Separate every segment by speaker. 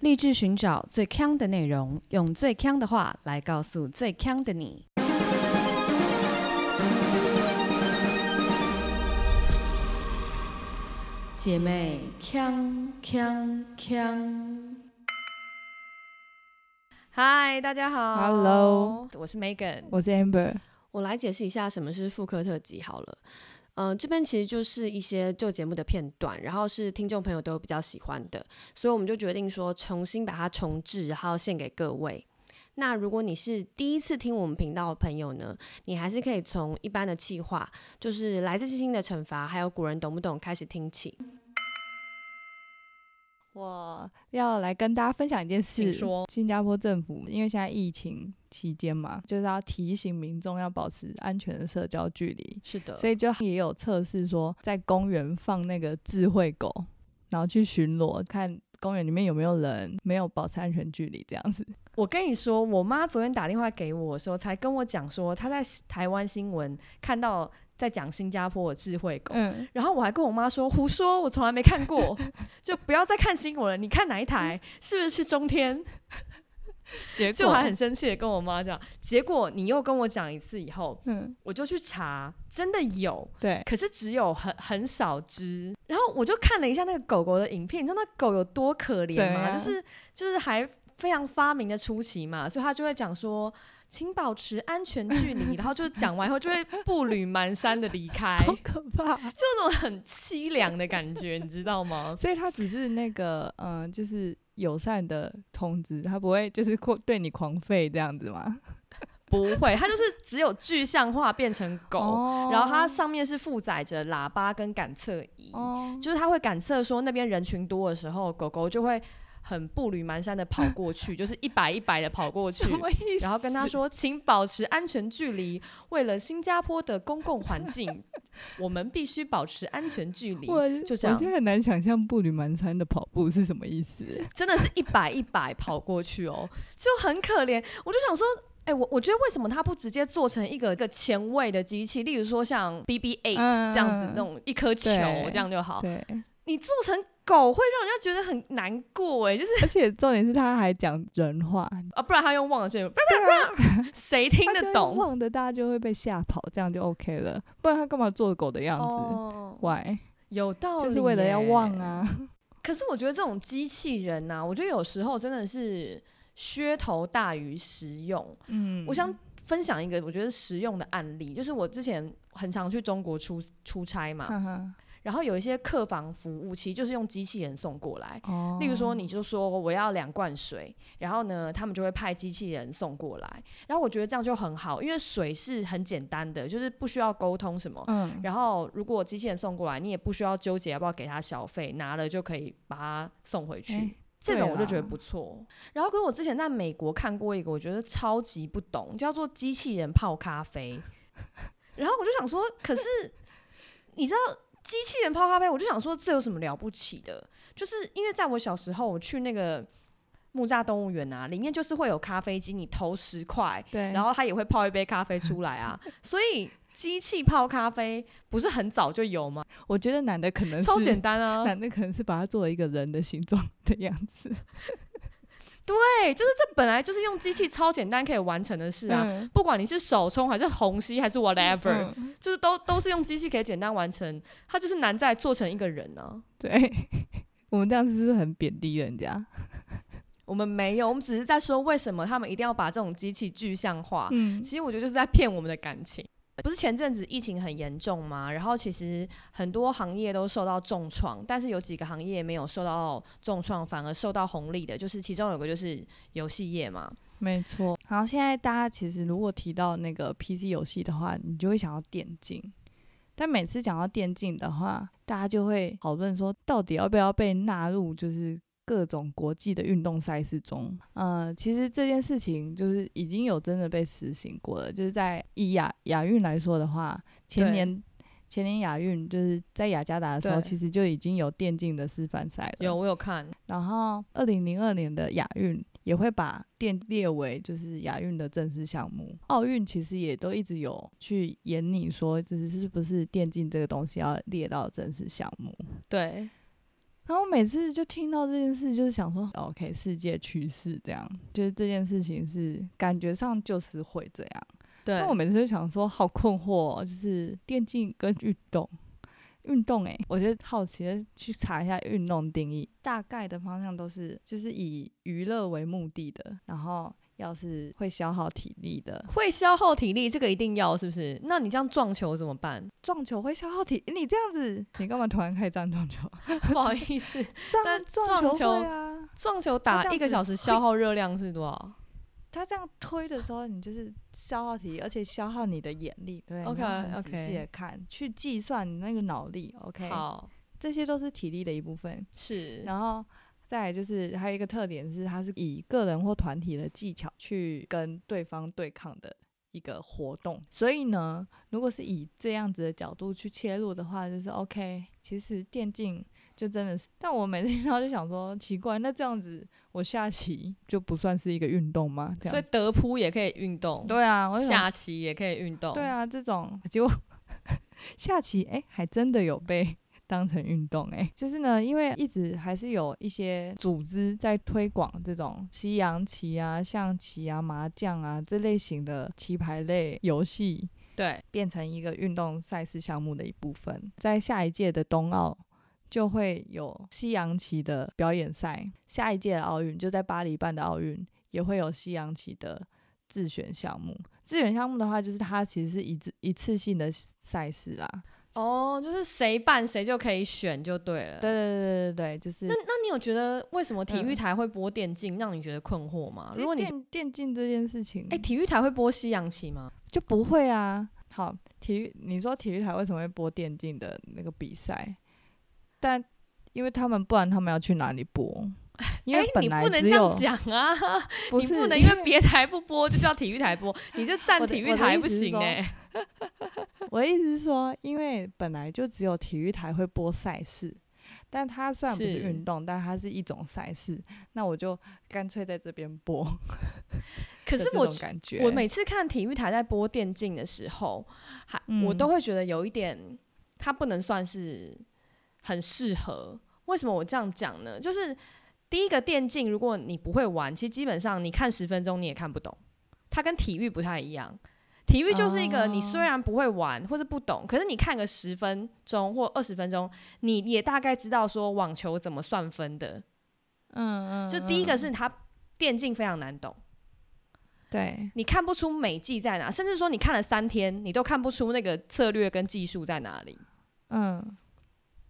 Speaker 1: 立志寻找最强的内容，用最强的话来告诉最强的你。姐妹，强强强！嗨，大家好
Speaker 2: Hello
Speaker 1: 我是 Megan，
Speaker 2: 我是 Amber，
Speaker 3: 我来解释一下什么是复刻特辑好了。嗯、这边其实就是一些旧节目的片段，然后是听众朋友都比较喜欢的，所以我们就决定说重新把它重置，然后献给各位。那如果你是第一次听我们频道的朋友呢，你还是可以从一般的企划，就是来自星星的惩罚，还有古人懂不懂开始听起。
Speaker 2: 我要来跟大家分享一件事
Speaker 1: 请。说
Speaker 2: 新加坡政府因为现在疫情期间嘛，就是要提醒民众要保持安全的社交距离，
Speaker 3: 是的
Speaker 2: 所以就也有测试说，在公园放那个智慧狗，然后去巡逻，看公园里面有没有人没有保持安全距离这样子。
Speaker 1: 我跟你说，我妈昨天打电话给我的时候，才跟我讲说，她在台湾新闻看到在讲新加坡的智慧狗，
Speaker 2: 嗯，
Speaker 1: 然后我还跟我妈说胡说，我从来没看 过，就不要再看新闻了。你看哪一台？是不是中天？
Speaker 2: 结
Speaker 1: 就还很生气的跟我妈讲。结果你又跟我讲一次以后，
Speaker 2: 嗯，
Speaker 1: 我就去查，真的有，
Speaker 2: 对，
Speaker 1: 可是只有很很少只。然后我就看了一下那个狗狗的影片，你知道那狗有多可怜吗？
Speaker 2: 对啊
Speaker 1: 就是就是还非常发明的初期嘛，所以他就会讲说，请保持安全距离，然后就讲完以后就会步履蹒跚的离开，
Speaker 2: 好可怕。
Speaker 1: 就那种很凄凉的感觉，你知道 吗？
Speaker 2: 所以它只是那个嗯、呃就是友善的通知，它不会就是过对你狂吠这样子吗？
Speaker 1: 不会，它就是只有具象化变成狗，
Speaker 2: 哦
Speaker 1: 然后它上面是负载着喇叭跟感测仪，
Speaker 2: 哦，
Speaker 1: 就是它会感测说那边人群多的时候，狗狗就会很步履蹒跚的 跑过去，就是一百一百的跑过去
Speaker 2: 什。么意思？
Speaker 1: 然后跟他说，请保持安全距离。为了新加坡的公共环境，我们必须保持安全距离。
Speaker 2: 我
Speaker 1: 就这
Speaker 2: 我
Speaker 1: 样
Speaker 2: 现在很难想象步履蹒跚的跑步是什么意思。欸
Speaker 1: 真的是一百一百跑过去哦，就很可怜。我就想说，哎、我我觉得为什么他不直接做成一个一个前卫的机器，例如说像 BB Eight
Speaker 2: 嗯
Speaker 1: 这样子那种一颗球
Speaker 2: 对
Speaker 1: 这样就好。
Speaker 2: 对，
Speaker 1: 你做成狗会让人家觉得很难过哎，就是
Speaker 2: 而且重点是他还讲人话，
Speaker 1: 啊，不然他用忘了睡，不然不然谁听
Speaker 2: 啊他就
Speaker 1: 得
Speaker 2: 会
Speaker 1: 懂？
Speaker 2: 忘的大家就会被吓跑，这样就 OK 了。不然他干嘛做狗的样子、
Speaker 1: 哦，
Speaker 2: w h y
Speaker 1: 有道理，
Speaker 2: 就是为了要忘。啊。
Speaker 1: 可是我觉得这种机器人呐、我觉得有时候真的是噱头大于实用。
Speaker 2: 嗯
Speaker 1: 我想分享一个我觉得实用的案例，就是我之前很常去中国出出差嘛，
Speaker 2: 哈哈，
Speaker 1: 然后有一些客房服务其实就是用机器人送过来。
Speaker 2: 哦，
Speaker 1: 例如说，你就说我要两罐水，然后呢，他们就会派机器人送过来。然后我觉得这样就很好，因为水是很简单的，就是不需要沟通什么。
Speaker 2: 嗯，
Speaker 1: 然后如果机器人送过来，你也不需要纠结要不要给他小费，拿了就可以把它送回去。
Speaker 2: 哎
Speaker 1: 这种我就
Speaker 2: 对啦
Speaker 1: 觉得不错。然后跟我之前在美国看过一个，我觉得超级不懂，叫做机器人泡咖啡。 然后我就想说，可是你知道机器人泡咖啡，我就想说这有什么了不起的？就是因为在我小时候，我去那个木栅动物园啊，里面就是会有咖啡机，你投十块，
Speaker 2: 对，
Speaker 1: 然后它也会泡一杯咖啡出来啊。所以机器泡咖啡不是很早就有吗？
Speaker 2: 我觉得男的可能
Speaker 1: 超
Speaker 2: 是
Speaker 1: 简单 啊！
Speaker 2: 男的可能是把它做了一个人的形状的样子，
Speaker 1: 对，就是这本来就是用机器超简单可以完成的事啊。
Speaker 2: 嗯
Speaker 1: 不管你是手冲还是虹吸还是 whatever，、
Speaker 2: 嗯
Speaker 1: 就是都都是用机器可以简单完成，它就是难在做成一个人呢、啊
Speaker 2: 对， 我们这样子是不是很贬低人家？
Speaker 1: 我们没有，我们只是在说为什么他们一定要把这种机器具象化。
Speaker 2: 嗯，
Speaker 1: 其实我觉得就是在骗我们的感情。不是前阵子疫情很严重吗？然后其实很多行业都受到重创，但是有几个行业没有受到重创，反而受到红利的，就是其中有个就是游戏业嘛。
Speaker 2: 没错。然后现在大家其实如果提到那个 PC 游戏的话，你就会想要电竞，但每次讲到电竞的话，大家就会讨论说，到底要不要被纳入就是各种国际的运动赛事中？呃，其实这件事情就是已经有真的被实行过了，就是在以亚亚运来说的话，前
Speaker 1: 对
Speaker 2: 年。前年亚运就是在雅加达的时候，
Speaker 1: 对
Speaker 2: 其实就已经有电竞的示范赛了。
Speaker 1: 有我有看，
Speaker 2: 然后，二零零二年的亚运也会把电列为就是亚运的正式项目。奥运其实也都一直有去研拟说，就是是不是电竞这个东西要列到正式项目。
Speaker 1: 对，
Speaker 2: 然后每次就听到这件事，就是想说，OK，世哦界趋势这样，就是这件事情是感觉上就是会这样。
Speaker 3: 对
Speaker 2: 那我每次就想说，好困惑、哦， 就是电竞跟运动，运动诶、我就好奇的去查一下运动定义，大概的方向都是就是以娱乐为目的的，然后要是会消耗体力的，
Speaker 1: 会消耗体力，这个一定要是不是？那你这样撞球怎么办？
Speaker 2: 撞球会消耗体，你这样子，你干嘛突然开始这样撞球？
Speaker 1: 不好意思，
Speaker 2: 这样
Speaker 1: 但
Speaker 2: 撞球
Speaker 1: 撞球
Speaker 2: 会啊，
Speaker 1: 撞球
Speaker 2: 那这
Speaker 1: 打
Speaker 2: 样
Speaker 1: 一个
Speaker 2: 子
Speaker 1: 小时消耗热量是多少？
Speaker 2: 他这样推的时候，你就是消耗体力，而且消耗你的眼力，对你要很
Speaker 1: OK，OK
Speaker 2: 仔细的看，去计算你那个脑力，OK，
Speaker 1: 好，
Speaker 2: 这些都是体力的一部分。
Speaker 1: 是
Speaker 2: 然后再来就是还有一个特点是，它是以个人或团体的技巧去跟对方对抗的一个活动。所以呢，如果是以这样子的角度去切入的话，就是 OK。其实电竞就真的是，但我每次 听到就想说，奇怪，那这样子我下棋就不算是一个运动吗？这
Speaker 1: 所以
Speaker 2: 样
Speaker 1: 德扑也可以运动，
Speaker 2: 对啊，我就想
Speaker 1: 下棋也可以运动，
Speaker 2: 对，啊，这种 结果下棋哎、还真的有被 当成运动哎、就是呢，因为一直还是有一些组织在推广这种西洋棋啊、象棋啊、麻将啊这类型的棋牌类游戏，
Speaker 1: 对，
Speaker 2: 变成一个运动赛事项目的一部分，在下一届的冬奥。就会有西洋棋的表演赛，下一届的奥运就在巴黎办的奥运也会有西洋棋的自选项目。自选项目的话，就是它其实是一次一次性的赛事啦。
Speaker 1: 哦，就是谁办谁就可以选就对了。
Speaker 2: 对对对对对，就是
Speaker 1: 那那你有觉得为什么体育
Speaker 2: 嗯
Speaker 1: 台会播电竞，让你觉得困惑吗？
Speaker 2: 其
Speaker 1: 如
Speaker 2: 实
Speaker 1: 果你
Speaker 2: 电电竞这件事情，
Speaker 1: 哎，体育台会播西洋棋吗？
Speaker 2: 就不会啊。好，体育，你说体育台为什么会播电竞的那个比赛？但因为他们不然他们要去哪里播？因
Speaker 1: 哎
Speaker 2: 为，本
Speaker 1: 你
Speaker 2: 来
Speaker 1: 不能
Speaker 2: 只
Speaker 1: 这样
Speaker 2: 有
Speaker 1: 讲 啊！
Speaker 2: 不
Speaker 1: 你
Speaker 2: 是
Speaker 1: 不能因为别台不播就叫体育台播，你这占
Speaker 2: 我的
Speaker 1: 体育
Speaker 2: 我的
Speaker 1: 台
Speaker 2: 意
Speaker 1: 不
Speaker 2: 思是
Speaker 1: 行
Speaker 2: 说
Speaker 1: 哎、
Speaker 2: 我的意思是说，因为本来就只有体育台会播赛事，但它虽然不是
Speaker 1: 是
Speaker 2: 运动，但它是一种赛事，那我就干脆在这边播。
Speaker 1: 可
Speaker 2: 的
Speaker 1: 是
Speaker 2: 这
Speaker 1: 我
Speaker 2: 种感觉，
Speaker 1: 我每次看体育台在播电竞的时候，还、我
Speaker 2: 嗯
Speaker 1: 都会觉得有一点，它不能算是很适合。为什么我这样讲呢？就是第一个电竞，如果你不会玩，其实基本上你看十分钟你也看不懂，它跟体育不太一样。体育就是一个你虽
Speaker 2: 哦
Speaker 1: 然不会玩或者不懂，可是你看个十分钟或二十分钟，你也大概知道说网球怎么算分的。
Speaker 2: 嗯嗯，
Speaker 1: 就第一个
Speaker 2: 嗯
Speaker 1: 是它电竞非常难懂。
Speaker 2: 对，
Speaker 1: 你看不出美技在哪，甚至说你看了三天，你都看不出那个策略跟技术在哪里。
Speaker 2: 嗯，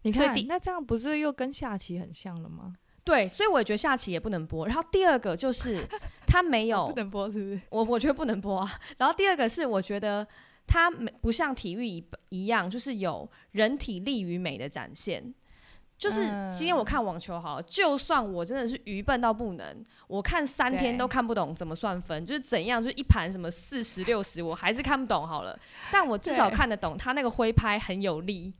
Speaker 2: 你
Speaker 1: 所以
Speaker 2: 看
Speaker 1: 第，
Speaker 2: 那这样不是又跟下棋很像了吗？
Speaker 1: 对，所以我也觉得下棋也不能播。然后第二个就是它没有
Speaker 2: 不，能播是不是？
Speaker 1: 我我觉得不能播啊。然后第二个是我觉得它没不像体育一一样，就是有人体力与美的展现。就是
Speaker 2: 嗯
Speaker 1: 今天我看网球好了，就算我真的是愚笨到不能，我看三天
Speaker 2: 对
Speaker 1: 都看不懂怎么算分，就是怎样，就是一盘什么四十六十，我还是看不懂好了。但我至少
Speaker 2: 对
Speaker 1: 看得懂他那个挥拍很有力，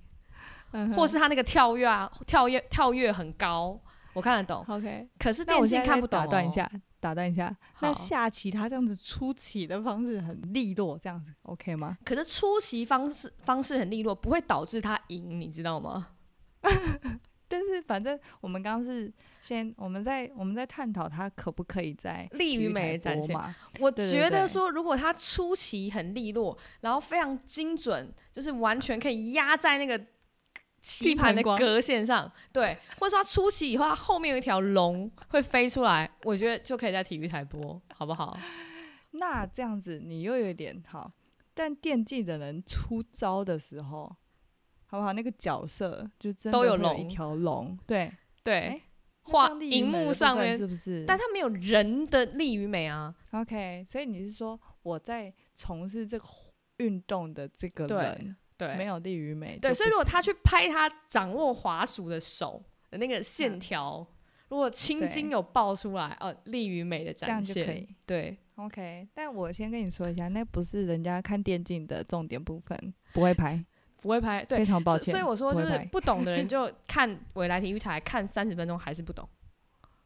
Speaker 2: 嗯
Speaker 1: 或是他那个跳跃啊，跳跃跳跃很高，我看得懂。
Speaker 2: OK，
Speaker 1: 可是
Speaker 2: 那
Speaker 1: 电
Speaker 2: 我
Speaker 1: 竞
Speaker 2: 现在
Speaker 1: 看不懂、哦
Speaker 2: 打断一，下，打断一下。那
Speaker 1: 好
Speaker 2: 下棋它这样子出棋的方式很利落，这样子 OK 吗？
Speaker 1: 可是出棋方式方式很利落，不会导致他赢，你知道吗？
Speaker 2: 但是反正我们刚刚是先我们在我们在探讨它可不可以在
Speaker 1: 利于
Speaker 2: 体育
Speaker 1: 美
Speaker 2: 台
Speaker 1: 的展
Speaker 2: 播
Speaker 1: 现
Speaker 2: 嘛？
Speaker 1: 我
Speaker 2: 对对
Speaker 1: 觉得
Speaker 2: 对
Speaker 1: 说，如果他出棋很利落，然后非常精准，就是完全可以压在那个棋
Speaker 2: 金
Speaker 1: 盘的
Speaker 2: 盘光
Speaker 1: 格线上，对，或者说他出棋以后，他后面有一条龙会飞出来，我觉得就可以在体育台播，好不好？
Speaker 2: 那这样子你又有点好，但电竞的人出招的时候，好不好？那个角色就真的
Speaker 1: 都有
Speaker 2: 会有一
Speaker 1: 龙
Speaker 2: 条龙，对，
Speaker 1: 对
Speaker 2: 哎，
Speaker 1: 画
Speaker 2: 那这样
Speaker 1: 荧幕上
Speaker 2: 立于
Speaker 1: 面，
Speaker 2: 美的部分是不是？
Speaker 1: 但他没有人的力与美啊，
Speaker 2: OK，所以你是说我在从事这个活运动的这个
Speaker 1: 对
Speaker 2: 人
Speaker 1: 对，
Speaker 2: 没有利于美，
Speaker 1: 对，
Speaker 2: 就
Speaker 1: 所以
Speaker 2: 不
Speaker 1: 如果
Speaker 2: 行
Speaker 1: 他去拍他掌握滑鼠的手的那
Speaker 3: 嗯
Speaker 1: 个线条，如果青筋
Speaker 2: 对
Speaker 1: 有爆出来，哦，利于美的
Speaker 2: 这
Speaker 1: 展
Speaker 2: 样就
Speaker 1: 现，
Speaker 2: 可以。
Speaker 1: 对，
Speaker 2: OK，但我先跟你说一下，那不是人家看电竞的重点部分，不会拍，
Speaker 1: 不会拍，对
Speaker 2: 非，常抱
Speaker 1: 所
Speaker 2: 歉。
Speaker 1: 所以我说
Speaker 2: 不
Speaker 1: 就
Speaker 2: 会
Speaker 1: 是
Speaker 2: 拍
Speaker 1: 不懂的人就看未来体育台看三十分钟还是不懂，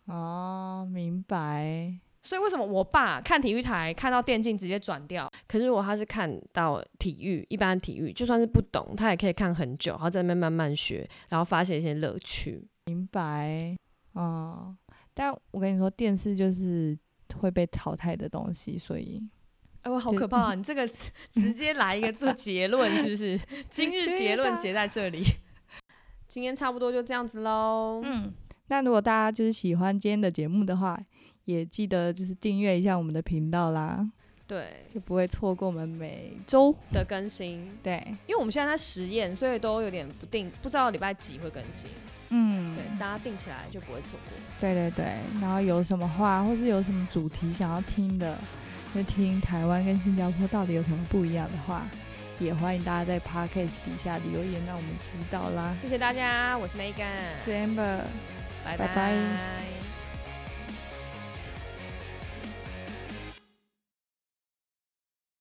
Speaker 2: 哦，明白。
Speaker 1: 所以为什么我爸看体育台看到电竞直接转掉？
Speaker 3: 可是如果他是看到体育，一般体育就算是不懂，他也可以看很久，然后在那边慢慢学，然后发现一些乐趣。
Speaker 2: 明白，嗯，但我跟你说，电视就是会被淘汰的东西，所以
Speaker 1: 哎，我好
Speaker 2: 对
Speaker 1: 可怕啊！你这个 直直接来一个这结论是不是？今日结论结在这里。
Speaker 3: 今天差不多就这样子喽。
Speaker 2: 嗯，那如果大家就是喜欢今天的节目的话，也记得就是订阅一下我们的频道啦，
Speaker 3: 对
Speaker 2: 就不会错过我们每周
Speaker 3: 的更新，
Speaker 2: 对，
Speaker 1: 因为我们现在在实验，所以都有点不定，不知道礼拜几会更新。
Speaker 2: 嗯
Speaker 1: 对，大家定起来就不会错过。
Speaker 2: 对对对，然后有什么话或是有什么主题想要听的，就听台湾跟新加坡到底有什么不一样的话，也欢迎大家在 podcast 底下留言让我们知道啦。
Speaker 1: 谢谢大家，我是 Megan，
Speaker 2: Amber。
Speaker 1: 拜
Speaker 2: 拜拜
Speaker 1: 拜